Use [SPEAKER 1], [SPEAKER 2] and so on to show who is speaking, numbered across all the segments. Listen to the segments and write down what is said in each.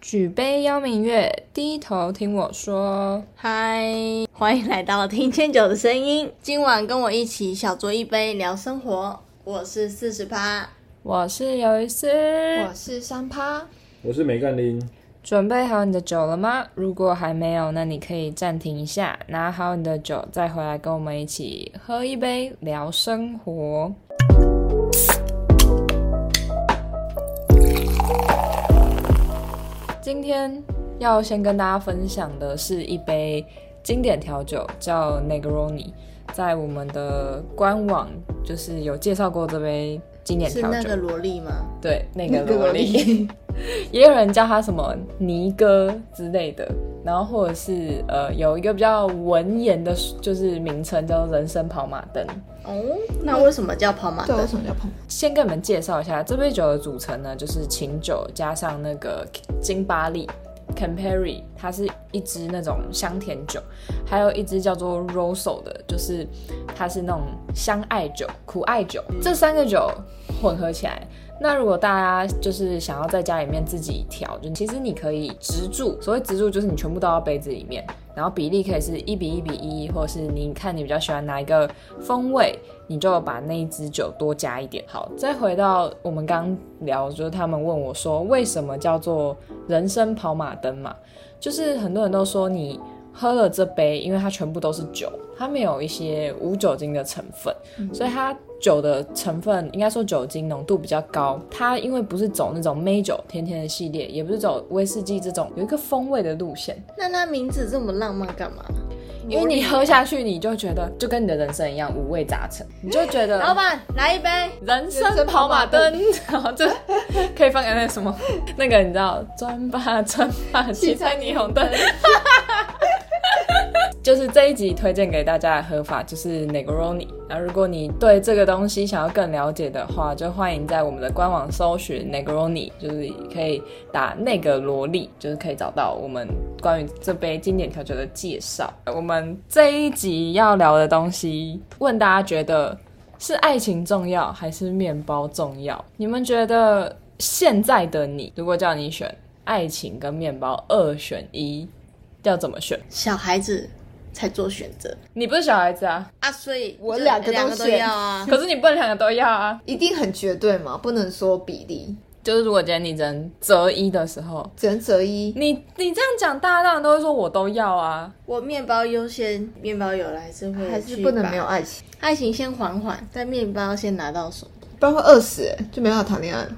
[SPEAKER 1] 举杯邀明月，低头听我说。
[SPEAKER 2] 嗨，欢迎来到听千九的声音。今晚跟我一起小酌一杯，聊生活。我是四十八，
[SPEAKER 1] 我是有一思，
[SPEAKER 3] 我是三趴，
[SPEAKER 4] 我是梅干林。
[SPEAKER 1] 准备好你的酒了吗？如果还没有，那你可以暂停一下，拿好你的酒，再回来跟我们一起喝一杯，聊生活。今天要先跟大家分享的是一杯经典调酒，叫 Negroni，在我们的官网就是有介绍过这杯经典
[SPEAKER 2] 是
[SPEAKER 1] 调酒。
[SPEAKER 2] 那个萝莉吗？
[SPEAKER 1] 对，那个萝莉， 也有人叫它什么尼哥之类的，然后或者是呃有一个比较文言的，就是名称叫做人生跑马灯。
[SPEAKER 2] 哦，那为什么叫跑马
[SPEAKER 3] 啊对，为
[SPEAKER 2] 灯？
[SPEAKER 3] 什么叫碰？
[SPEAKER 1] 先跟你们介绍一下这杯酒的组成呢，就是琴酒加上那个金巴利 Campari，它是一支那种香甜酒，还有一支叫做 Rosso 的，就是它是那种香爱酒、苦艾酒，这三个酒混合起来。那如果大家就是想要在家里面自己调，就其实你可以直注，所谓直注就是你全部倒到杯子里面，然后比例可以是一比一比一，或者是你看你比较喜欢哪一个风味，你就把那一支酒多加一点。好，再回到我们刚聊，就是他们问我说为什么叫做人生跑马灯嘛，就是很多人都说你喝了这杯，因为它全部都是酒，它没有一些无酒精的成分，所以它酒的成分应该说酒精浓度比较高。它因为不是走那种美酒甜甜的系列，也不是走威士忌这种有一个风味的路线，
[SPEAKER 2] 那它名字这么浪漫干嘛？
[SPEAKER 1] 因为你喝下去，你就觉得就跟你的人生一样五味杂陈，你就觉得
[SPEAKER 3] 啊
[SPEAKER 2] 老板来一杯，
[SPEAKER 1] 人生跑马灯，然后这可以放那个什么，那个你知道，转吧转吧，七彩霓虹灯。 就是这一集推荐给大家的喝法就是 Negroni。那如果你对这个东西想要更了解的话，就欢迎在我们的官网搜寻 Negroni，就是可以打那个萝莉，就是可以找到我们关于这杯经典调酒的介绍。我们这一集要聊的东西，问大家觉得是爱情重要还是面包重要？你们觉得现在的你，如果叫你选爱情跟面包二选一，要怎么选？
[SPEAKER 2] 小孩子才做选择
[SPEAKER 1] 你不是小孩子啊，
[SPEAKER 2] 啊，所以
[SPEAKER 3] 我
[SPEAKER 2] 就
[SPEAKER 3] 两个都
[SPEAKER 2] 两个都
[SPEAKER 3] 选
[SPEAKER 2] 要啊。
[SPEAKER 1] 可是你不能两个都要啊。
[SPEAKER 3] 一定很绝对嘛，不能说比例，
[SPEAKER 1] 就是如果今天你只能择一的时候，
[SPEAKER 3] 只能择一。
[SPEAKER 1] 你你这样讲，大家当然都会说我都要啊。
[SPEAKER 2] 我面包优先，面包有了还是会
[SPEAKER 3] 还是
[SPEAKER 2] 去
[SPEAKER 3] 不能
[SPEAKER 2] 吧
[SPEAKER 3] 没有爱啊情，
[SPEAKER 2] 爱情先缓缓，但面包先拿到手。
[SPEAKER 3] 不然会饿死、欸，就没办法谈 恋爱。
[SPEAKER 1] 你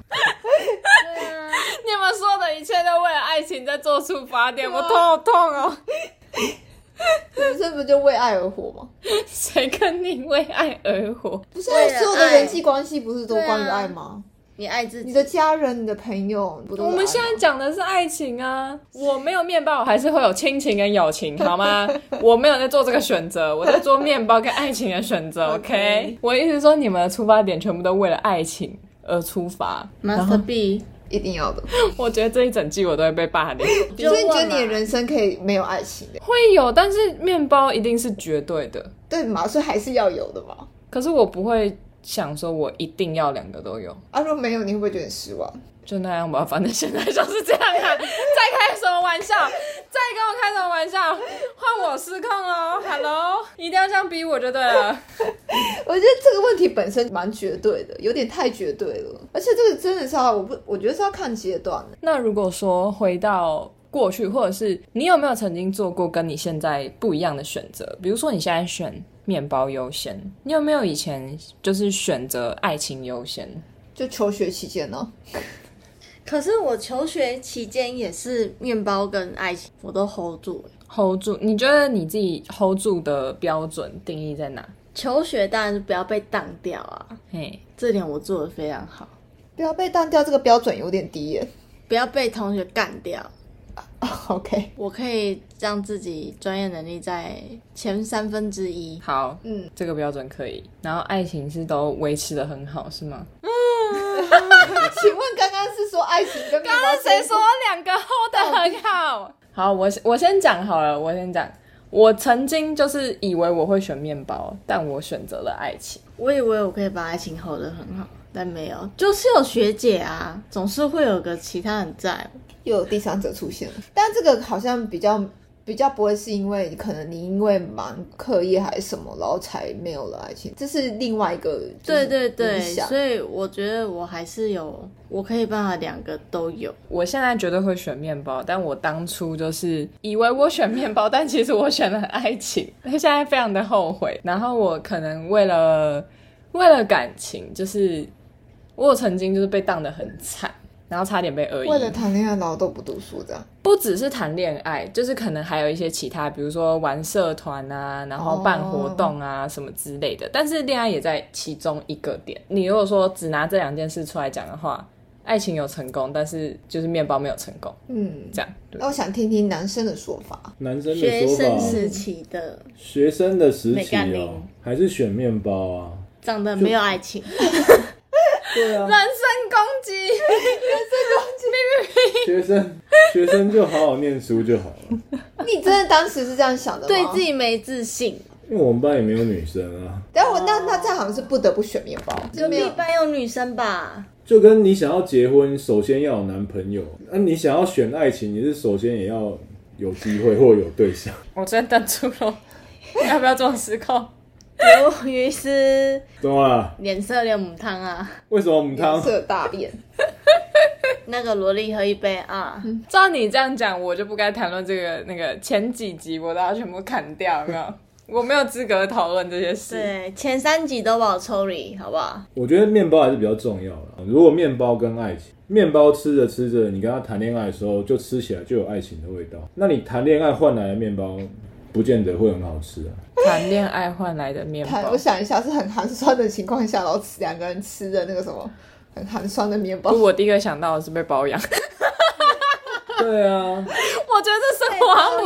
[SPEAKER 1] 们说的一切都为了爱情在做出发点，我头好痛哦。
[SPEAKER 3] 人生不就为爱而活吗？
[SPEAKER 1] 谁跟你为爱而活？
[SPEAKER 3] 不是、
[SPEAKER 2] 为
[SPEAKER 3] 啊，
[SPEAKER 2] 了
[SPEAKER 3] 所有的
[SPEAKER 2] 爱
[SPEAKER 3] 人际关系不是都关于爱吗？
[SPEAKER 2] 你爱自
[SPEAKER 3] 你
[SPEAKER 2] 己，
[SPEAKER 3] 的家人、你的朋友，不都
[SPEAKER 1] 我
[SPEAKER 3] 是爱
[SPEAKER 1] 们
[SPEAKER 3] 吗
[SPEAKER 1] 现在讲的是爱情啊，我没有面包，我还是会有亲情跟友情，好吗？我没有在做这个选择，我在做面包跟爱情的选择。OK，我意思是说，你们的出发点全部都为了爱情而出发，然后
[SPEAKER 2] Master B
[SPEAKER 3] 一定要的，
[SPEAKER 1] 我觉得这一整季我都会被霸凌。
[SPEAKER 2] 就啊
[SPEAKER 3] 所以你觉得
[SPEAKER 2] 问
[SPEAKER 3] 你
[SPEAKER 2] 嘛
[SPEAKER 3] 的人生可以没有爱情的，
[SPEAKER 1] 会有，但是面包一定是绝对的，
[SPEAKER 3] 对嘛？所以还是要有的嘛。
[SPEAKER 1] 可是我不会想说我一定要两个都有。
[SPEAKER 3] 啊，如果没有，你会不会觉得很失望？
[SPEAKER 1] 就那样吧，反正现在就是这样啊！再开什么玩笑？再跟我开什么玩笑？换我失控哦！Hello，一定要这样逼我就对了。
[SPEAKER 3] 我觉得这个问题本身蛮绝对的，有点太绝对了，而且这个真的是要，我不，我觉得是要看阶段的。
[SPEAKER 1] 那如果说回到过去，或者是你有没有曾经做过跟你现在不一样的选择？比如说你现在选面包优先，你有没有以前就是选择爱情优先？
[SPEAKER 3] 就求学期间呢、
[SPEAKER 2] 可是我求学期间也是面包跟爱情，我都 hold 住了。
[SPEAKER 1] hold 住？你觉得你自己 hold 住的标准定义在哪？
[SPEAKER 2] 求学当然是不要被当掉啊，
[SPEAKER 1] 嘿，
[SPEAKER 2] 这点我做的非常好。
[SPEAKER 3] 不要啊被淡掉，这个标准有点低耶。
[SPEAKER 2] 不要被同学干掉，
[SPEAKER 3] OK，
[SPEAKER 2] 我可以让自己专业能力在前三分之一。
[SPEAKER 1] 好，
[SPEAKER 3] 嗯，
[SPEAKER 1] 这个标准可以。然后爱情是都维持的很好，是吗？
[SPEAKER 3] 请问刚刚是说爱情跟面包？
[SPEAKER 1] 那谁说两个 hold 的很好？好，我我先讲好了，我先讲。我曾经就是以为我会选面包，但我选择了爱情。
[SPEAKER 2] 我以为我可以把爱情 hold 得很好，但没有，就是有学姐啊，总是会有个其他人在。
[SPEAKER 3] 又有第三者出现了。但这个好像比较比较不会是因为可能你因为忙课业还是什么，然后才没有了爱情，这是另外一个就是
[SPEAKER 2] 对对对，
[SPEAKER 3] 影响
[SPEAKER 2] 所以我觉得我还是有，我可以办法两个都有。
[SPEAKER 1] 我现在绝对会选面包，但我当初就是以为我选面包，但其实我选了爱情，现在非常的后悔。然后我可能为了为了感情，就是我有曾经就是被当的很惨，然后差点被恶意。
[SPEAKER 3] 为了谈恋爱然后都不读书这样。
[SPEAKER 1] 不只是谈恋爱，就是可能还有一些其他，比如说玩社团啊，然后办活动啊、什么之类的。但是恋爱也在其中一个点。你如果说只拿这两件事出来讲的话，爱情有成功，但是就是面包没有成功，
[SPEAKER 3] 嗯，
[SPEAKER 1] 这样对
[SPEAKER 3] 那。我想听听男生的说法。
[SPEAKER 4] 男生的
[SPEAKER 2] 学
[SPEAKER 4] 说
[SPEAKER 2] 生
[SPEAKER 4] 法，
[SPEAKER 2] 时期的
[SPEAKER 4] 学生的时
[SPEAKER 2] 美
[SPEAKER 4] 期
[SPEAKER 2] 干
[SPEAKER 4] 哦
[SPEAKER 2] 零，
[SPEAKER 4] 还是选面包啊？
[SPEAKER 2] 长得没有爱情，
[SPEAKER 4] 对啊，
[SPEAKER 1] 人身攻击，
[SPEAKER 4] 学生学生就好好念书就好了，
[SPEAKER 3] 你真的当时是这样想的吗？
[SPEAKER 2] 对自。己没自信。
[SPEAKER 4] 因为我们班也没有女生啊，
[SPEAKER 3] 但我那那这样好像是不得不选面包，
[SPEAKER 2] 隔
[SPEAKER 3] 就没
[SPEAKER 2] 壁
[SPEAKER 3] 有
[SPEAKER 2] 班有女生吧？
[SPEAKER 4] 就跟你想要结婚，首先要有男朋友，那、你想要选爱情，你是首先也要有机会或有对象。
[SPEAKER 1] 我真的出了，要不要做失控？
[SPEAKER 2] 由于是
[SPEAKER 4] 怎么了？
[SPEAKER 2] 脸色有母汤啊，
[SPEAKER 4] 为什么我们汤
[SPEAKER 3] 颜？色大变。
[SPEAKER 2] 那个萝莉喝一杯啊，
[SPEAKER 3] 嗯
[SPEAKER 1] 照你这样讲，我就不该谈论这个那个前几集，我都要全部砍掉，有没 有？我没有资格讨论这些事。
[SPEAKER 2] 对，前三集都把我抽离，好不好？
[SPEAKER 4] 我觉得面包还是比较重要的。如果面包跟爱情，面包吃着吃着，你跟他谈恋爱的时候，就吃起来就有爱情的味道。那你谈恋爱换来的面包，不见得会很好吃啊。
[SPEAKER 1] 谈恋爱换来的面
[SPEAKER 3] 看，
[SPEAKER 1] 包
[SPEAKER 3] 我，想一下，是很寒酸的情况下，然后吃两个人吃的那个什么很寒酸的面包。
[SPEAKER 1] 不，我第一个想到的是被包养。
[SPEAKER 4] 对啊，
[SPEAKER 1] 我觉得这生活好像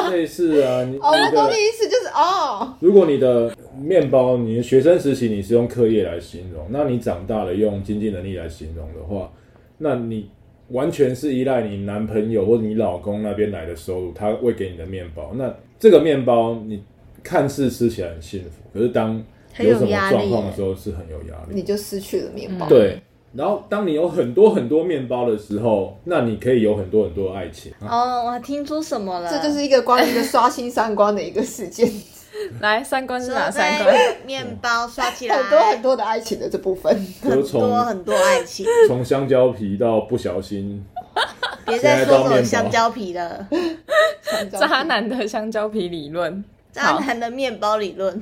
[SPEAKER 1] 不错。
[SPEAKER 4] 类似啊，你
[SPEAKER 3] 哦，那
[SPEAKER 4] 你
[SPEAKER 3] 懂
[SPEAKER 4] 的
[SPEAKER 3] 你意思就是哦，
[SPEAKER 4] 如果你的面包，你的学生时期你是用课业来形容，那你长大了用经济能力来形容的话，那你完全是依赖你男朋友或者你老公那边来的收入，他喂给你的面包。那这个面包你看似吃起来很幸福，可是当
[SPEAKER 2] 很有
[SPEAKER 4] 有什
[SPEAKER 2] 压
[SPEAKER 4] 么
[SPEAKER 2] 力
[SPEAKER 4] 状况的
[SPEAKER 2] 耶
[SPEAKER 4] 时候是很有压力。
[SPEAKER 3] 你就失去了面
[SPEAKER 1] 嗯
[SPEAKER 3] 包。
[SPEAKER 4] 对，然后当你有很多很多面包的时候，那你可以有很多很多爱情。
[SPEAKER 2] 哦，我听出什么了？
[SPEAKER 3] 这就是一个关于一个刷新三观的一个 事件，
[SPEAKER 1] 来，三观是哪
[SPEAKER 2] 说
[SPEAKER 1] 三观？
[SPEAKER 2] 被面包刷起来，
[SPEAKER 3] 很多很多的爱情的这部分。
[SPEAKER 4] 就
[SPEAKER 2] 很多
[SPEAKER 4] 从
[SPEAKER 2] 很多爱情，
[SPEAKER 4] 从香蕉皮到不小心
[SPEAKER 2] 别再说这种香蕉皮了，
[SPEAKER 1] 渣男的香蕉皮理论。
[SPEAKER 2] 渣男的面包理论。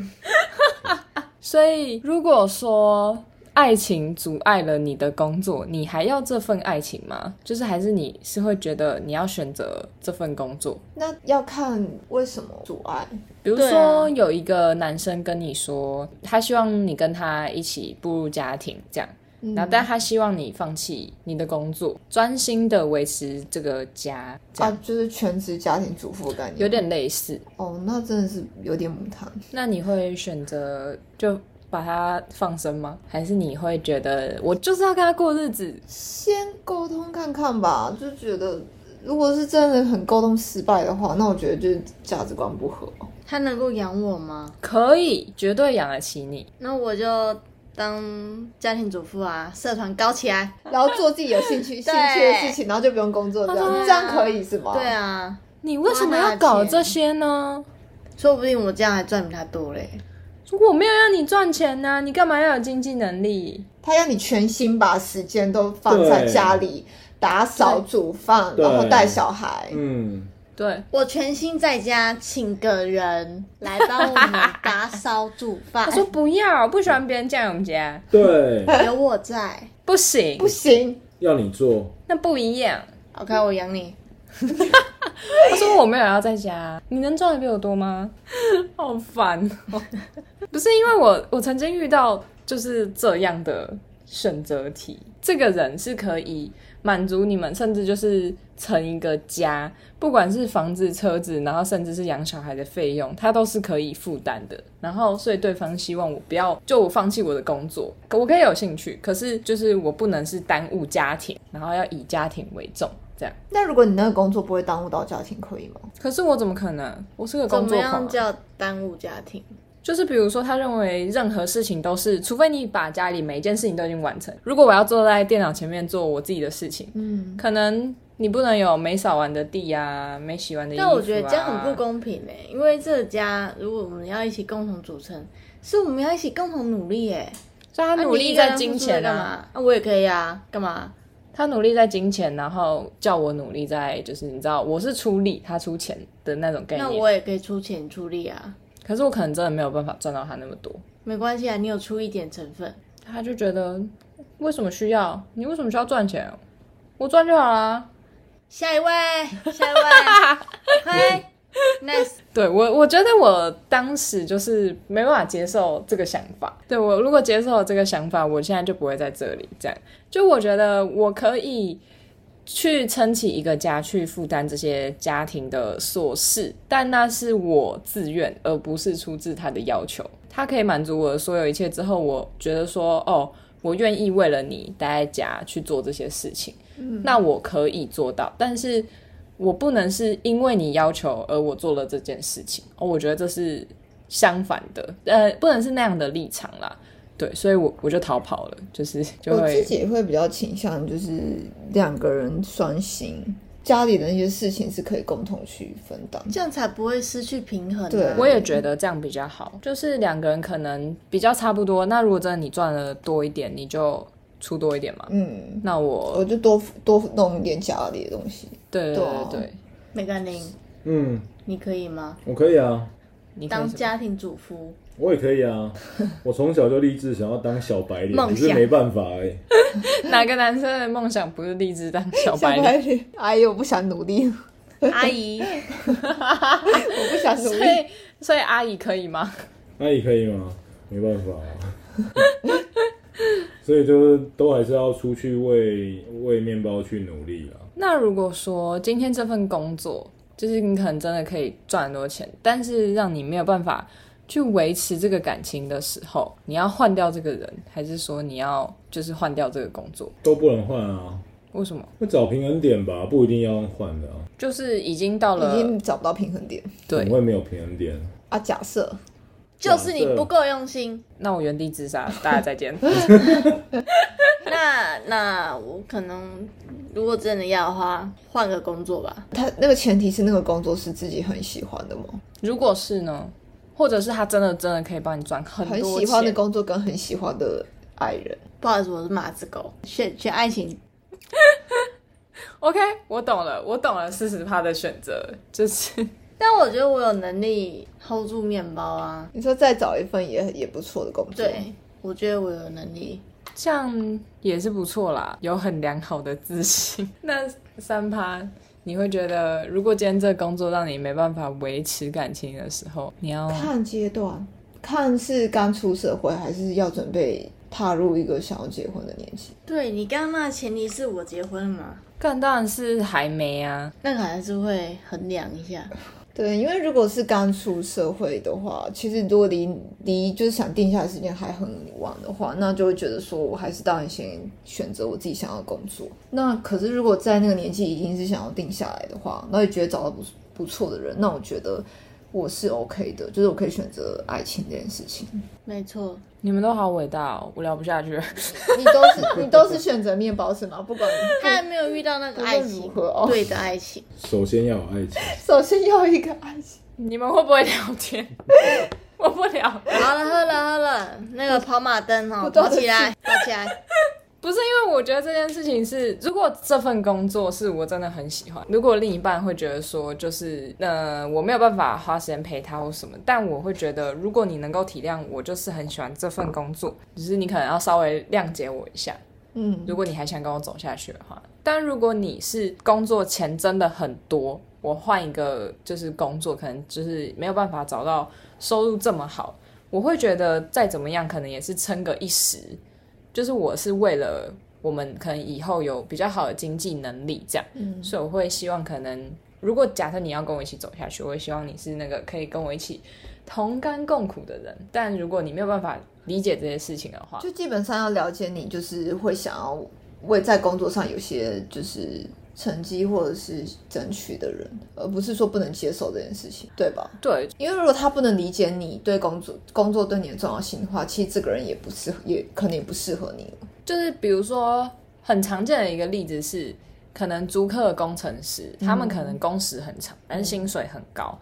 [SPEAKER 1] 所以，如果说爱情阻碍了你的工作，你还要这份爱情吗？就是还是你是会觉得你要选择这份工作？
[SPEAKER 3] 那要看为什么阻碍。
[SPEAKER 1] 比如
[SPEAKER 2] 对啊
[SPEAKER 1] 说，有一个男生跟你说，他希望你跟他一起步入家庭，这样，
[SPEAKER 3] 嗯
[SPEAKER 2] 嗯
[SPEAKER 1] 然后但他希望你放弃你的工作，专心的维持这个家，这
[SPEAKER 3] 啊
[SPEAKER 2] 哦
[SPEAKER 1] 样，
[SPEAKER 3] 就是全职家庭主妇的概念，
[SPEAKER 1] 有点类似。
[SPEAKER 3] 哦，那真的是有点母汤。
[SPEAKER 1] 那你会选择就把它放生吗？还是你会觉得我就是要跟他过日子？
[SPEAKER 3] 先沟通看看吧，就觉得如果是真的很沟通失败的话，那我觉得就是价值观不合。
[SPEAKER 2] 他能够养我吗？
[SPEAKER 1] 可以，绝对养得起你。
[SPEAKER 2] 那我就当家庭主妇啊，社团搞起来。
[SPEAKER 3] 然后做自己有兴趣兴趣的事情，然后就不用工作，这样这样可以是吗？
[SPEAKER 2] 啊对，啊，
[SPEAKER 1] 你为什么要搞这些呢？
[SPEAKER 2] 说不定我这样还赚比他多嘞。
[SPEAKER 1] 我没有让你赚钱呐、你干嘛要有经济能力？
[SPEAKER 3] 他要你全心把时间都放在家里打扫、煮饭，
[SPEAKER 4] 对
[SPEAKER 3] 然后带小孩。
[SPEAKER 4] 嗯。
[SPEAKER 1] 对，
[SPEAKER 2] 我全心在家，请个人来帮我们打扫煮饭
[SPEAKER 1] 他，说不要，不喜欢别人这样我们家，
[SPEAKER 4] 对，
[SPEAKER 2] 有我在。
[SPEAKER 1] 不行
[SPEAKER 3] 不，行，
[SPEAKER 4] 要你做，
[SPEAKER 1] 那不一样。
[SPEAKER 2] OK，我养你。
[SPEAKER 1] 他说我没有要在家，你能赚的比我多吗？ 好烦哦、 不是因为我我曾经遇到就是这样的选择题，这个人是可以满足你们，甚至就是成一个家，不管是房子、车子，然后甚至是养小孩的费用，他都是可以负担的。然后所以对方希望我不要就我放弃我的工作，可我可以有兴趣，可是就是我不能是耽误家庭，然后要以家庭为重这样。
[SPEAKER 3] 那如果你那个工作不会耽误到家庭，可以吗？
[SPEAKER 1] 可是我怎么可能？我是个
[SPEAKER 2] 怎
[SPEAKER 1] 工
[SPEAKER 2] 么
[SPEAKER 1] 作狂
[SPEAKER 2] 样
[SPEAKER 1] 啊、
[SPEAKER 2] 叫耽误家庭？
[SPEAKER 1] 就是比如说，他认为任何事情都是，除非你把家里每一件事情都已经完成。如果我要坐在电脑前面做我自己的事情，
[SPEAKER 3] 嗯，
[SPEAKER 1] 可能你不能有没扫完的地呀、没洗完的衣服、啊。
[SPEAKER 2] 但我觉得这样很不。公平呢，欸因为这个家如果我们要一起共同组成，是我们要一起共同努力耶。
[SPEAKER 1] 所以他
[SPEAKER 2] 啊
[SPEAKER 1] 努
[SPEAKER 2] 你
[SPEAKER 1] 力
[SPEAKER 2] 一个人
[SPEAKER 1] 在金
[SPEAKER 2] 付出了
[SPEAKER 1] 钱
[SPEAKER 2] 干
[SPEAKER 1] 啊，
[SPEAKER 2] 嘛？啊，我也可以啊，干嘛？
[SPEAKER 1] 他努力在金钱，然后叫我努力在就是你知道我是出力，他出钱的那种概
[SPEAKER 2] 那
[SPEAKER 1] 念。
[SPEAKER 2] 我也可以出钱出力啊，
[SPEAKER 1] 可是我可能真的没有办法赚到他那么多。
[SPEAKER 2] 没关系啊，你有出一点成分。
[SPEAKER 1] 他就觉得为什么需要？你为什么需要赚钱？我赚就好啦。
[SPEAKER 2] 下一位，下一位，OK。Nice，
[SPEAKER 1] 对我，我觉得我当时就是没办法接受这个想法。对我，如果接受了这个想法，我现在就不会在这里。这样，就我觉得我可以去撑起一个家，去负担这些家庭的琐事，但那是我自愿，而不是出自他的要求。他可以满足我的所有一切之后，我觉得说，哦，我愿意为了你待在家去做这些事情，
[SPEAKER 3] 嗯
[SPEAKER 1] 那我可以做到，但是。我不能是因为你要求而我做了这件事情。哦，我觉得这是相反的，呃，不能是那样的立场啦。对，所以我我就逃跑了，就是就
[SPEAKER 3] 我自
[SPEAKER 1] 会
[SPEAKER 3] 己也会比较倾向就是两个人双薪，家里的那些事情是可以共同去分担。
[SPEAKER 2] 这样才不会失去平衡、啊。
[SPEAKER 3] 对
[SPEAKER 1] 我也觉得这样比较好，就是两个人可能比较差不多。那如果真的你赚的多一点，你就出多一点嘛。
[SPEAKER 3] 嗯，
[SPEAKER 1] 那我
[SPEAKER 3] 我就多多弄一点家里的东西。
[SPEAKER 1] 对对
[SPEAKER 3] 对啊
[SPEAKER 1] 对对，
[SPEAKER 2] 梅甘宁，
[SPEAKER 4] 嗯，
[SPEAKER 2] 你可以吗？
[SPEAKER 4] 我可以啊，
[SPEAKER 1] 你可以
[SPEAKER 2] 当
[SPEAKER 1] 什么
[SPEAKER 2] 家庭主妇，
[SPEAKER 4] 我也可以 啊，我从小就立志想要当小白脸，
[SPEAKER 2] 梦
[SPEAKER 4] 可是
[SPEAKER 2] 想
[SPEAKER 4] 没办法哎、
[SPEAKER 1] 哪个男生的梦想不是立志当小白脸？
[SPEAKER 3] 小白脸，哎呦，我不想努力，我
[SPEAKER 2] 阿姨，
[SPEAKER 3] 不想努
[SPEAKER 1] 所
[SPEAKER 3] 力。
[SPEAKER 1] 以所以阿姨可以吗？
[SPEAKER 4] 那也可以吗？没办法、啊， 所以就是都还是要出去为为面包去努力啊啦。
[SPEAKER 1] 那如果说今天这份工作，就是你可能真的可以赚很多钱，但是让你没有办法去维持这个感情的时候，你要换掉这个人，还是说你要就是换掉这个工作？
[SPEAKER 4] 都不能换啊，
[SPEAKER 1] 为什么？
[SPEAKER 4] 那找平衡点吧，不一定要换的、啊，
[SPEAKER 1] 就是已经到
[SPEAKER 3] 已
[SPEAKER 1] 了
[SPEAKER 3] 经找不到平衡点
[SPEAKER 4] 怎
[SPEAKER 1] 对
[SPEAKER 4] 么，会没有平衡点？
[SPEAKER 3] 啊！假设
[SPEAKER 2] 就是你不够用心。
[SPEAKER 1] 那我原地自杀，大家再见。
[SPEAKER 2] 那那我可能如果真的要的话，换个工作吧。
[SPEAKER 3] 他那个前提是那个工作是自己很喜欢的吗？
[SPEAKER 1] 如果是呢，或者是他真的真的可以帮你赚很
[SPEAKER 3] 很
[SPEAKER 1] 多
[SPEAKER 3] 喜欢的
[SPEAKER 1] 钱，
[SPEAKER 3] 工作跟很喜欢的爱人，
[SPEAKER 2] 不好意思，我是马子狗，选选爱情。
[SPEAKER 1] OK，我懂了，我懂了，四十趴的选择就是
[SPEAKER 2] 但我觉得我有能力 hold 住面包啊。
[SPEAKER 3] 你说再找一份也也不错的工作，
[SPEAKER 2] 对，我觉得我有能力。
[SPEAKER 1] 这样也是不错啦，有很良好的自信。 那三趴，你会觉得，如果今天这个工作让你没办法维持感情的时候，你 要
[SPEAKER 3] 看阶段，看是刚出社会还是要准备踏入一个想要结婚的年纪。
[SPEAKER 2] 对你刚刚那前提是我结婚了嘛，
[SPEAKER 1] 干当然是还没啊，
[SPEAKER 2] 那个还是会衡量一下。
[SPEAKER 3] 对，因为如果是刚出社会的话，其实如果离离就是想定下来时间还很晚的话，那就会觉得说我还是当然先选择我自己想要的工作。那可是如果在那个年纪已经是想要定下来的话，那也觉得找到不不错的人，那我觉得我是 OK 的，就是我可以选择爱情这件事情。
[SPEAKER 2] 没错，
[SPEAKER 1] 你们都好伟大哦，我聊不下去了。
[SPEAKER 3] 你都是你都是选择面包是吗？不管
[SPEAKER 2] 他还没有遇到那个爱
[SPEAKER 3] 无论如
[SPEAKER 2] 情
[SPEAKER 3] 何哦，
[SPEAKER 2] 对的爱情。
[SPEAKER 4] 首先要有爱情，
[SPEAKER 3] 首先要一个爱情。
[SPEAKER 1] 你们会不会聊天？ 我不聊，
[SPEAKER 2] 好了，喝了喝了，那个跑马灯哦，
[SPEAKER 3] 不断
[SPEAKER 2] 跑
[SPEAKER 3] 地
[SPEAKER 2] 起来，跑起来。
[SPEAKER 1] 不是因为我觉得这件事情是，如果这份工作是我真的很喜欢，如果另一半会觉得说，就是呃，我没有办法花时间陪他或什么，但我会觉得，如果你能够体谅我，就是很喜欢这份工作，只是你可能要稍微谅解我一下，
[SPEAKER 3] 嗯，
[SPEAKER 1] 如果你还想跟我走下去的话。但如果你是工作钱真的很多，我换一个就是工作，可能就是没有办法找到收入这么好，我会觉得再怎么样，可能也是撑个一时。就是我是为了我们可能以后有比较好的经济能力这样，
[SPEAKER 3] 嗯
[SPEAKER 1] 所以我会希望可能，如果假设你要跟我一起走下去，我会希望你是那个可以跟我一起同甘共苦的人。但如果你没有办法理解这些事情的话，
[SPEAKER 3] 就基本上要了解你，就是会想要为在工作上有些就是成绩或者是争取的人，而不是说不能接受这件事情，对吧？
[SPEAKER 1] 对，
[SPEAKER 3] 因为如果他不能理解你对工作工作对你的重要性的话，其实这个人也不适合，也可能也不适合你了。
[SPEAKER 1] 就是比如说很常见的一个例子是，可能租客工程师，他们可能工时很长，但是薪水很高，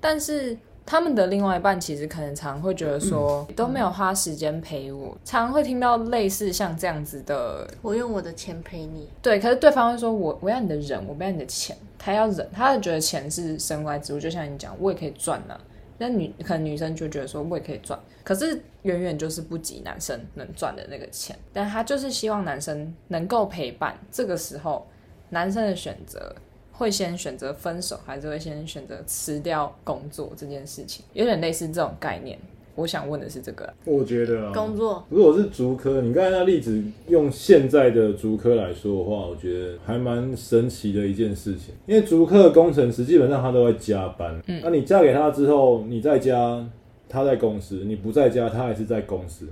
[SPEAKER 1] 但是。他们的另外一半其实可能常会觉得说、都没有花时间陪我，常会听到类似像这样子的
[SPEAKER 2] 我用我的钱陪你，
[SPEAKER 1] 对，可是对方会说我我要你的人，我不要你的钱，他要人，他就觉得钱是身外之物，就像你讲，我也可以赚呐、那女可能女生就觉得说我也可以赚，可是远远就是不及男生能赚的那个钱，但他就是希望男生能够陪伴。这个时候，男生的选择会先选择分手，还是会先选择辞掉工作这件事情，有点类似这种概念。我想问的是这个，
[SPEAKER 4] 我觉得啊，
[SPEAKER 2] 工作
[SPEAKER 4] 如果是竹科，你刚才那例子用现在的竹科来说的话，我觉得还蛮神奇的一件事情。因为竹科的工程师基本上他都在加班，嗯，那、你嫁给他之后，你在家，他在公司；你不在家，他还是在公司。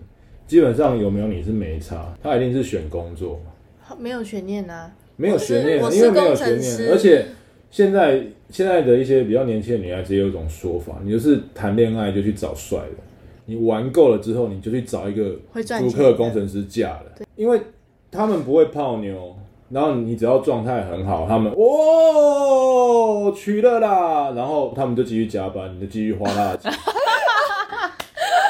[SPEAKER 4] 基本上有没有你是没差，他一定是选工作嘛，
[SPEAKER 2] 没有悬念啊，
[SPEAKER 4] 没有悬念
[SPEAKER 2] 我，是
[SPEAKER 4] 因为没有
[SPEAKER 2] 工程
[SPEAKER 4] 悬
[SPEAKER 2] 师
[SPEAKER 4] 念，而且现在现在的一些比较年轻的女孩子也有一种说法，你就是谈恋爱就去找帅的，你玩够了之后你就去找一个
[SPEAKER 2] 会赚
[SPEAKER 4] 租
[SPEAKER 2] 钱
[SPEAKER 4] 客工程师嫁了，因为他们不会泡妞。然后你只要状态很好，他们哦娶了啦，然后他们就继续加班，你就继续花他 的钱，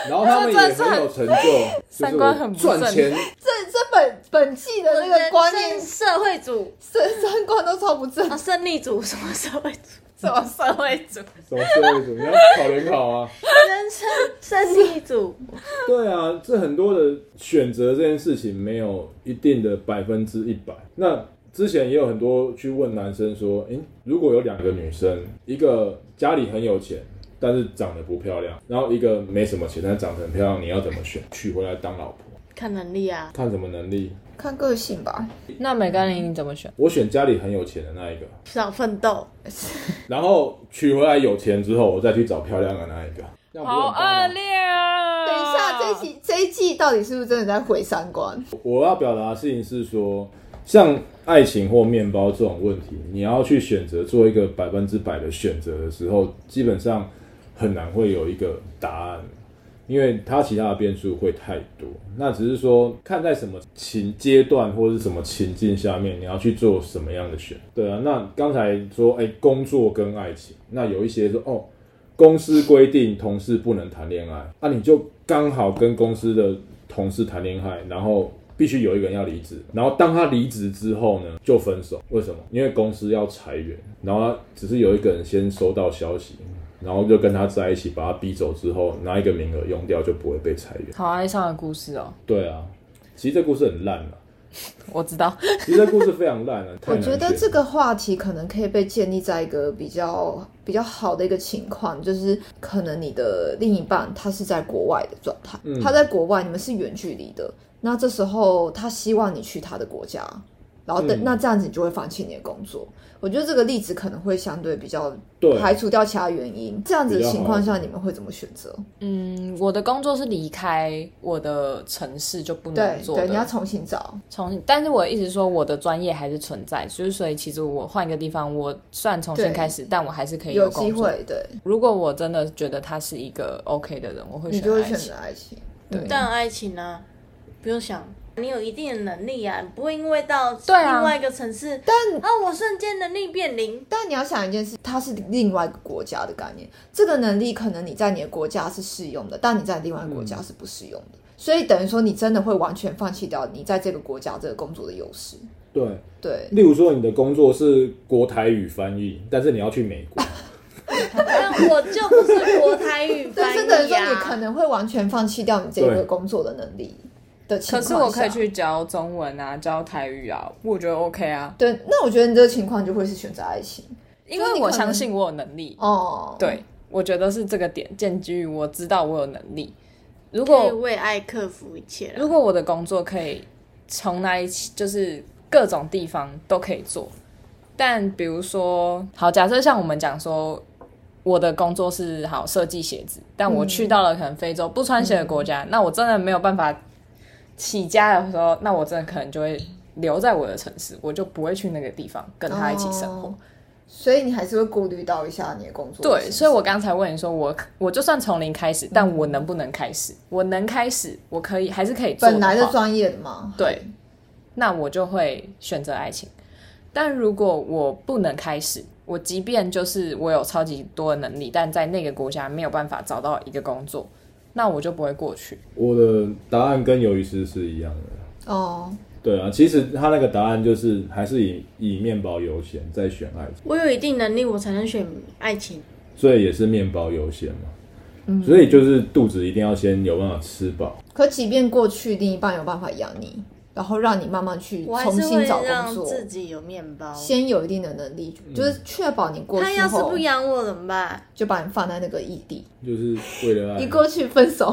[SPEAKER 4] 然后他们也很有成就，就是
[SPEAKER 1] 三观很
[SPEAKER 4] 我
[SPEAKER 1] 不正
[SPEAKER 4] 赚钱
[SPEAKER 3] 这这本本季的那个观念
[SPEAKER 2] 人生社会主
[SPEAKER 3] 三三观都超不正
[SPEAKER 2] 啊，，胜利主什么社会主？ 什么社会主？
[SPEAKER 4] 什么社会主义，你要考联考啊。
[SPEAKER 2] 人生胜利主，
[SPEAKER 4] 对啊，这很多的选择这件事情没有一定的百分之一百。那之前也有很多去问男生说，诶，如果有两个女生，一个家里很有钱，但是长得不漂亮，然后一个没什么钱，但长得很漂亮，你要怎么选？娶回来当老婆，
[SPEAKER 2] 看能力啊，
[SPEAKER 4] 看什么能力？
[SPEAKER 3] 看个性吧。
[SPEAKER 1] 那美甘霖你怎么选？
[SPEAKER 4] 我选家里很有钱的那一个，
[SPEAKER 2] 想奋斗，
[SPEAKER 4] 然后娶回来有钱之后，我再去找漂亮的那一个。这样不是
[SPEAKER 1] 好
[SPEAKER 4] 很棒吗
[SPEAKER 1] 恶劣啊！
[SPEAKER 3] 等一下，这一季这一季到底是不是真的在毁三观？
[SPEAKER 4] 我要表达的事情是说，像爱情或面包这种问题，你要去选择做一个百分之百的选择的时候，基本上很难会有一个答案，因为它其他的变数会太多。那只是说，看在什么情阶段或是什么情境下面，你要去做什么样的选。对啊，那刚才说，哎、工作跟爱情，那有一些说，哦。公司规定同事不能谈恋爱，啊那、你就刚好跟公司的同事谈恋爱，然后必须有一个人要离职，然后当他离职之后呢，就分手。为什么？因为公司要裁员，然后他只是有一个人先收到消息，然后就跟他在一起，把他逼走之后，拿一个名额用掉，就不会被裁员。
[SPEAKER 1] 好哀伤的故事哦，
[SPEAKER 4] 对啊，其实这故事很烂啊，
[SPEAKER 1] 我知 道。
[SPEAKER 4] 其实这故事非常烂啊。太
[SPEAKER 3] 我
[SPEAKER 4] 难
[SPEAKER 3] 觉得
[SPEAKER 4] 选
[SPEAKER 3] 这个话题可能可以被建立在一个比较比较好的一个情况，就是可能你的另一半他是在国外的状态，
[SPEAKER 4] 嗯
[SPEAKER 3] 他在国外，你们是远距离的，那这时候他希望你去他的国家，然后等、
[SPEAKER 4] 嗯
[SPEAKER 3] 那这样子你就会放弃你的工作。我觉得这个例子可能会相对比较
[SPEAKER 4] 对
[SPEAKER 3] 排除掉其他原因，这样子的
[SPEAKER 4] 比较好
[SPEAKER 3] 情况下你们会怎么选择？
[SPEAKER 1] 嗯，我的工作是离开我的城市就不
[SPEAKER 3] 对
[SPEAKER 1] 能做
[SPEAKER 3] 对，你要
[SPEAKER 1] 嗯的，
[SPEAKER 3] 重新找，
[SPEAKER 1] 重新。但是我一直说我的专业还是存在，所以所以其实我换一个地方，我虽然重新
[SPEAKER 3] 对
[SPEAKER 1] 开始，但我还是可以
[SPEAKER 3] 有
[SPEAKER 1] 工
[SPEAKER 3] 机
[SPEAKER 1] 作。
[SPEAKER 3] 会，对，
[SPEAKER 1] 如果我真的觉得他是一个 OK 的人，我会
[SPEAKER 3] 你
[SPEAKER 1] 选
[SPEAKER 3] 就会
[SPEAKER 1] 爱
[SPEAKER 3] 选
[SPEAKER 1] 情
[SPEAKER 3] 择爱情。嗯对
[SPEAKER 2] 但爱情啊，不用想，你有一定的能力啊，你不会因为到
[SPEAKER 1] 对啊
[SPEAKER 2] 另外一个城市，
[SPEAKER 3] 但
[SPEAKER 2] 啊，我瞬间能力变零，
[SPEAKER 3] 但你要想一件事，它是另外一个国家的概念，这个能力可能你在你的国家是适用的，但你在另外一个国家是不适用的，所以等于说你真的会完全放弃掉你在这个国家这个工作的优势。
[SPEAKER 4] 对，
[SPEAKER 3] 对，
[SPEAKER 1] 嗯
[SPEAKER 4] 例如说你的工作是国台语翻译，但是你要去美 国，
[SPEAKER 2] 但我就不是国台 语
[SPEAKER 3] 但
[SPEAKER 2] 翻
[SPEAKER 3] 是等于
[SPEAKER 2] 译啊
[SPEAKER 3] 说
[SPEAKER 1] 啊
[SPEAKER 2] 呀、
[SPEAKER 3] 你可能会完全放弃掉你这个工作的能力的情
[SPEAKER 1] 可
[SPEAKER 3] 况
[SPEAKER 1] 是我
[SPEAKER 3] 下
[SPEAKER 1] 可以。去教中文啊，教台语啊，我觉得 OK 啊，
[SPEAKER 3] 对，那我觉得你这个情况就会是选择爱情
[SPEAKER 1] 因
[SPEAKER 3] 就是
[SPEAKER 1] 为
[SPEAKER 3] 你
[SPEAKER 1] 我
[SPEAKER 3] 可
[SPEAKER 1] 相
[SPEAKER 3] 能
[SPEAKER 1] 信我有能力。
[SPEAKER 3] 哦。，
[SPEAKER 1] 对，我觉得是这个点，建基于我知道我有能力。如
[SPEAKER 2] 可以
[SPEAKER 1] 果
[SPEAKER 2] 为爱克服一切啦
[SPEAKER 1] 如果我的工作可以从哪里起，就是各种地方都可以做，但比如说，好，假设像我们讲说，我的工作是好设计鞋子，但我去到了可能非洲不穿鞋的国家，那我真的没有办法起家的时候，那我真的可能就会留在我的城市，我就不会去那个地方跟他一起生活。
[SPEAKER 3] 哦所以你还是会顾虑到一下你的工作。
[SPEAKER 1] 对，所以我刚才问你说，我我就算从零开始，但我能不能开始？我能开始，我可以还是可以做
[SPEAKER 3] 本来
[SPEAKER 1] 的
[SPEAKER 3] 的
[SPEAKER 1] 话
[SPEAKER 3] 专业的嘛，
[SPEAKER 1] 对，那我就会选择爱情。但如果我不能开始，我即便就是我有超级多的能力，但在那个国家没有办法找到一个工作，那我就不会过去。
[SPEAKER 4] 我的答案跟鱿鱼丝是一样的。
[SPEAKER 3] 哦，
[SPEAKER 4] 对啊，其实他那个答案就是还是以以面包优先，再选爱情，
[SPEAKER 2] 我有一定能力，我才能选爱情。
[SPEAKER 4] 所以也是面包优先嘛。
[SPEAKER 3] 嗯
[SPEAKER 4] 所以就是肚子一定要先有办法吃饱，
[SPEAKER 3] 可即便过去另一半有办法养你，然后让你慢慢去
[SPEAKER 2] 我还
[SPEAKER 3] 重
[SPEAKER 2] 是
[SPEAKER 3] 新
[SPEAKER 2] 会
[SPEAKER 3] 找
[SPEAKER 2] 让
[SPEAKER 3] 工
[SPEAKER 2] 自
[SPEAKER 3] 作，
[SPEAKER 2] 己有面包。
[SPEAKER 3] 先有一定的能力，就是确保你过
[SPEAKER 2] 嗯他
[SPEAKER 3] 去
[SPEAKER 2] 要是
[SPEAKER 3] 后
[SPEAKER 2] 不养我怎么办？
[SPEAKER 3] 就把你放在那个异地，
[SPEAKER 4] 就是为了
[SPEAKER 3] 一
[SPEAKER 4] 爱，
[SPEAKER 3] 过去分手，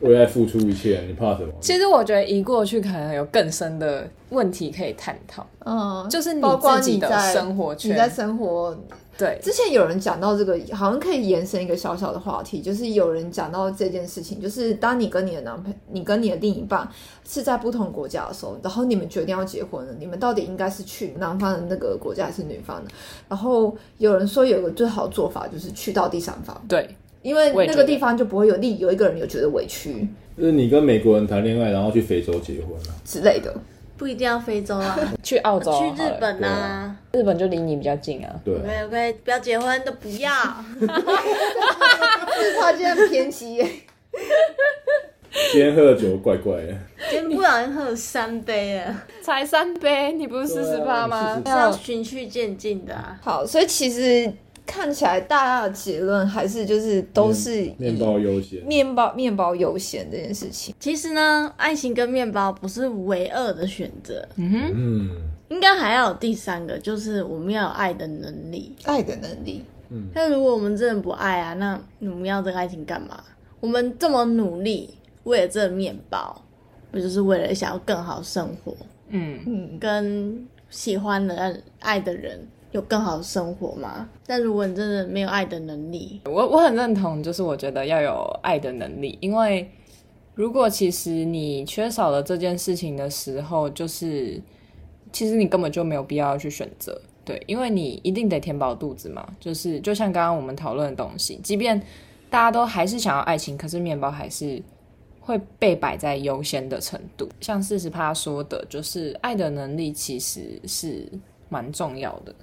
[SPEAKER 4] 为爱付出一切，你怕什么？
[SPEAKER 1] 其实我觉得移过去可能有更深的问题可以探讨，
[SPEAKER 3] 嗯，
[SPEAKER 1] 就是你
[SPEAKER 3] 包括
[SPEAKER 1] 自己
[SPEAKER 3] 你
[SPEAKER 1] 的
[SPEAKER 3] 在
[SPEAKER 1] 生活
[SPEAKER 3] 你在
[SPEAKER 1] 圈。
[SPEAKER 3] 生活
[SPEAKER 1] 对，
[SPEAKER 3] 之前有人讲到这个，好像可以延伸一个小小的话题，就是有人讲到这件事情，就是当你跟你的男朋你跟你的另一半是在不同国家的时候，然后你们决定要结婚了，你们到底应该是去男方的那个国家还是女方的？然后有人说有个最好的做法就是去到第三方，
[SPEAKER 1] 对，
[SPEAKER 3] 因为
[SPEAKER 1] 我也
[SPEAKER 3] 那
[SPEAKER 1] 觉
[SPEAKER 3] 个
[SPEAKER 1] 得
[SPEAKER 3] 地方就不会有另有一个人有觉得委屈
[SPEAKER 4] 就是你跟美国人谈恋爱，然后去非洲结婚啊，
[SPEAKER 3] 之 类的。
[SPEAKER 2] 不一定要非洲 啊，
[SPEAKER 1] 去澳洲、
[SPEAKER 2] 去日，本
[SPEAKER 4] 对
[SPEAKER 2] 啊
[SPEAKER 4] 啊。
[SPEAKER 1] 日本就离你比较近啊。
[SPEAKER 4] 对啊，
[SPEAKER 2] OK OK，不要结婚都不要。
[SPEAKER 3] 就是他这样偏激耶，
[SPEAKER 4] 今天喝了酒怪怪的，
[SPEAKER 2] 今天不小心喝了三杯了，
[SPEAKER 1] 才三杯，你不是四十
[SPEAKER 4] 对
[SPEAKER 1] 八
[SPEAKER 4] 啊
[SPEAKER 1] 吗？
[SPEAKER 2] 是要循序渐进的啊。
[SPEAKER 3] 好，所以其实看起来大家的结论还是就是都是以
[SPEAKER 4] 面包优先，
[SPEAKER 3] 面包面包优先这件事情。
[SPEAKER 2] 其实呢，爱情跟面包不是唯二的选择，
[SPEAKER 4] 嗯，
[SPEAKER 2] 应该还要有第三个，就是我们要有爱的能力。
[SPEAKER 3] 爱的能力。
[SPEAKER 2] 但如果我们真的不爱啊，那我们要这个爱情干嘛？我们这么努力为了这个面包，不就是为了想要更好生活，
[SPEAKER 1] 嗯，
[SPEAKER 3] 嗯，
[SPEAKER 2] 跟喜欢的人、爱的人有更好的生活吗？但如果你真的没有爱的能力，
[SPEAKER 1] 我我很认同，就是我觉得要有爱的能力，因为如果其实你缺少了这件事情的时候，就是其实你根本就没有必要去选择，对，因为你一定得填饱肚子嘛。就是就像刚刚我们讨论的东西，即便大家都还是想要爱情，可是面包还是会被摆在优先的程度。像四十趴说的，就是爱的能力其实是蛮重要的，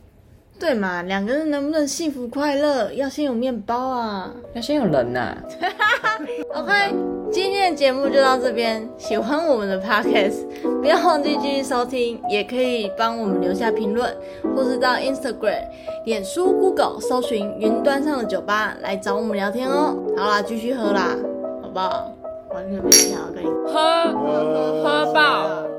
[SPEAKER 2] 对嘛？两个人能不能幸福快乐，要先有面包啊。
[SPEAKER 1] 要先有人呐、
[SPEAKER 2] OK，今天的节目就到这边。喜欢我们的 Podcast，不要忘记继续收听，也可以帮我们留下评论，或是到 Instagram、脸书、Google 搜寻“云端上的酒吧”来找我们聊天哦。好啦，继续喝啦，好不好？完全没有想要跟你。
[SPEAKER 1] 喝喝爆！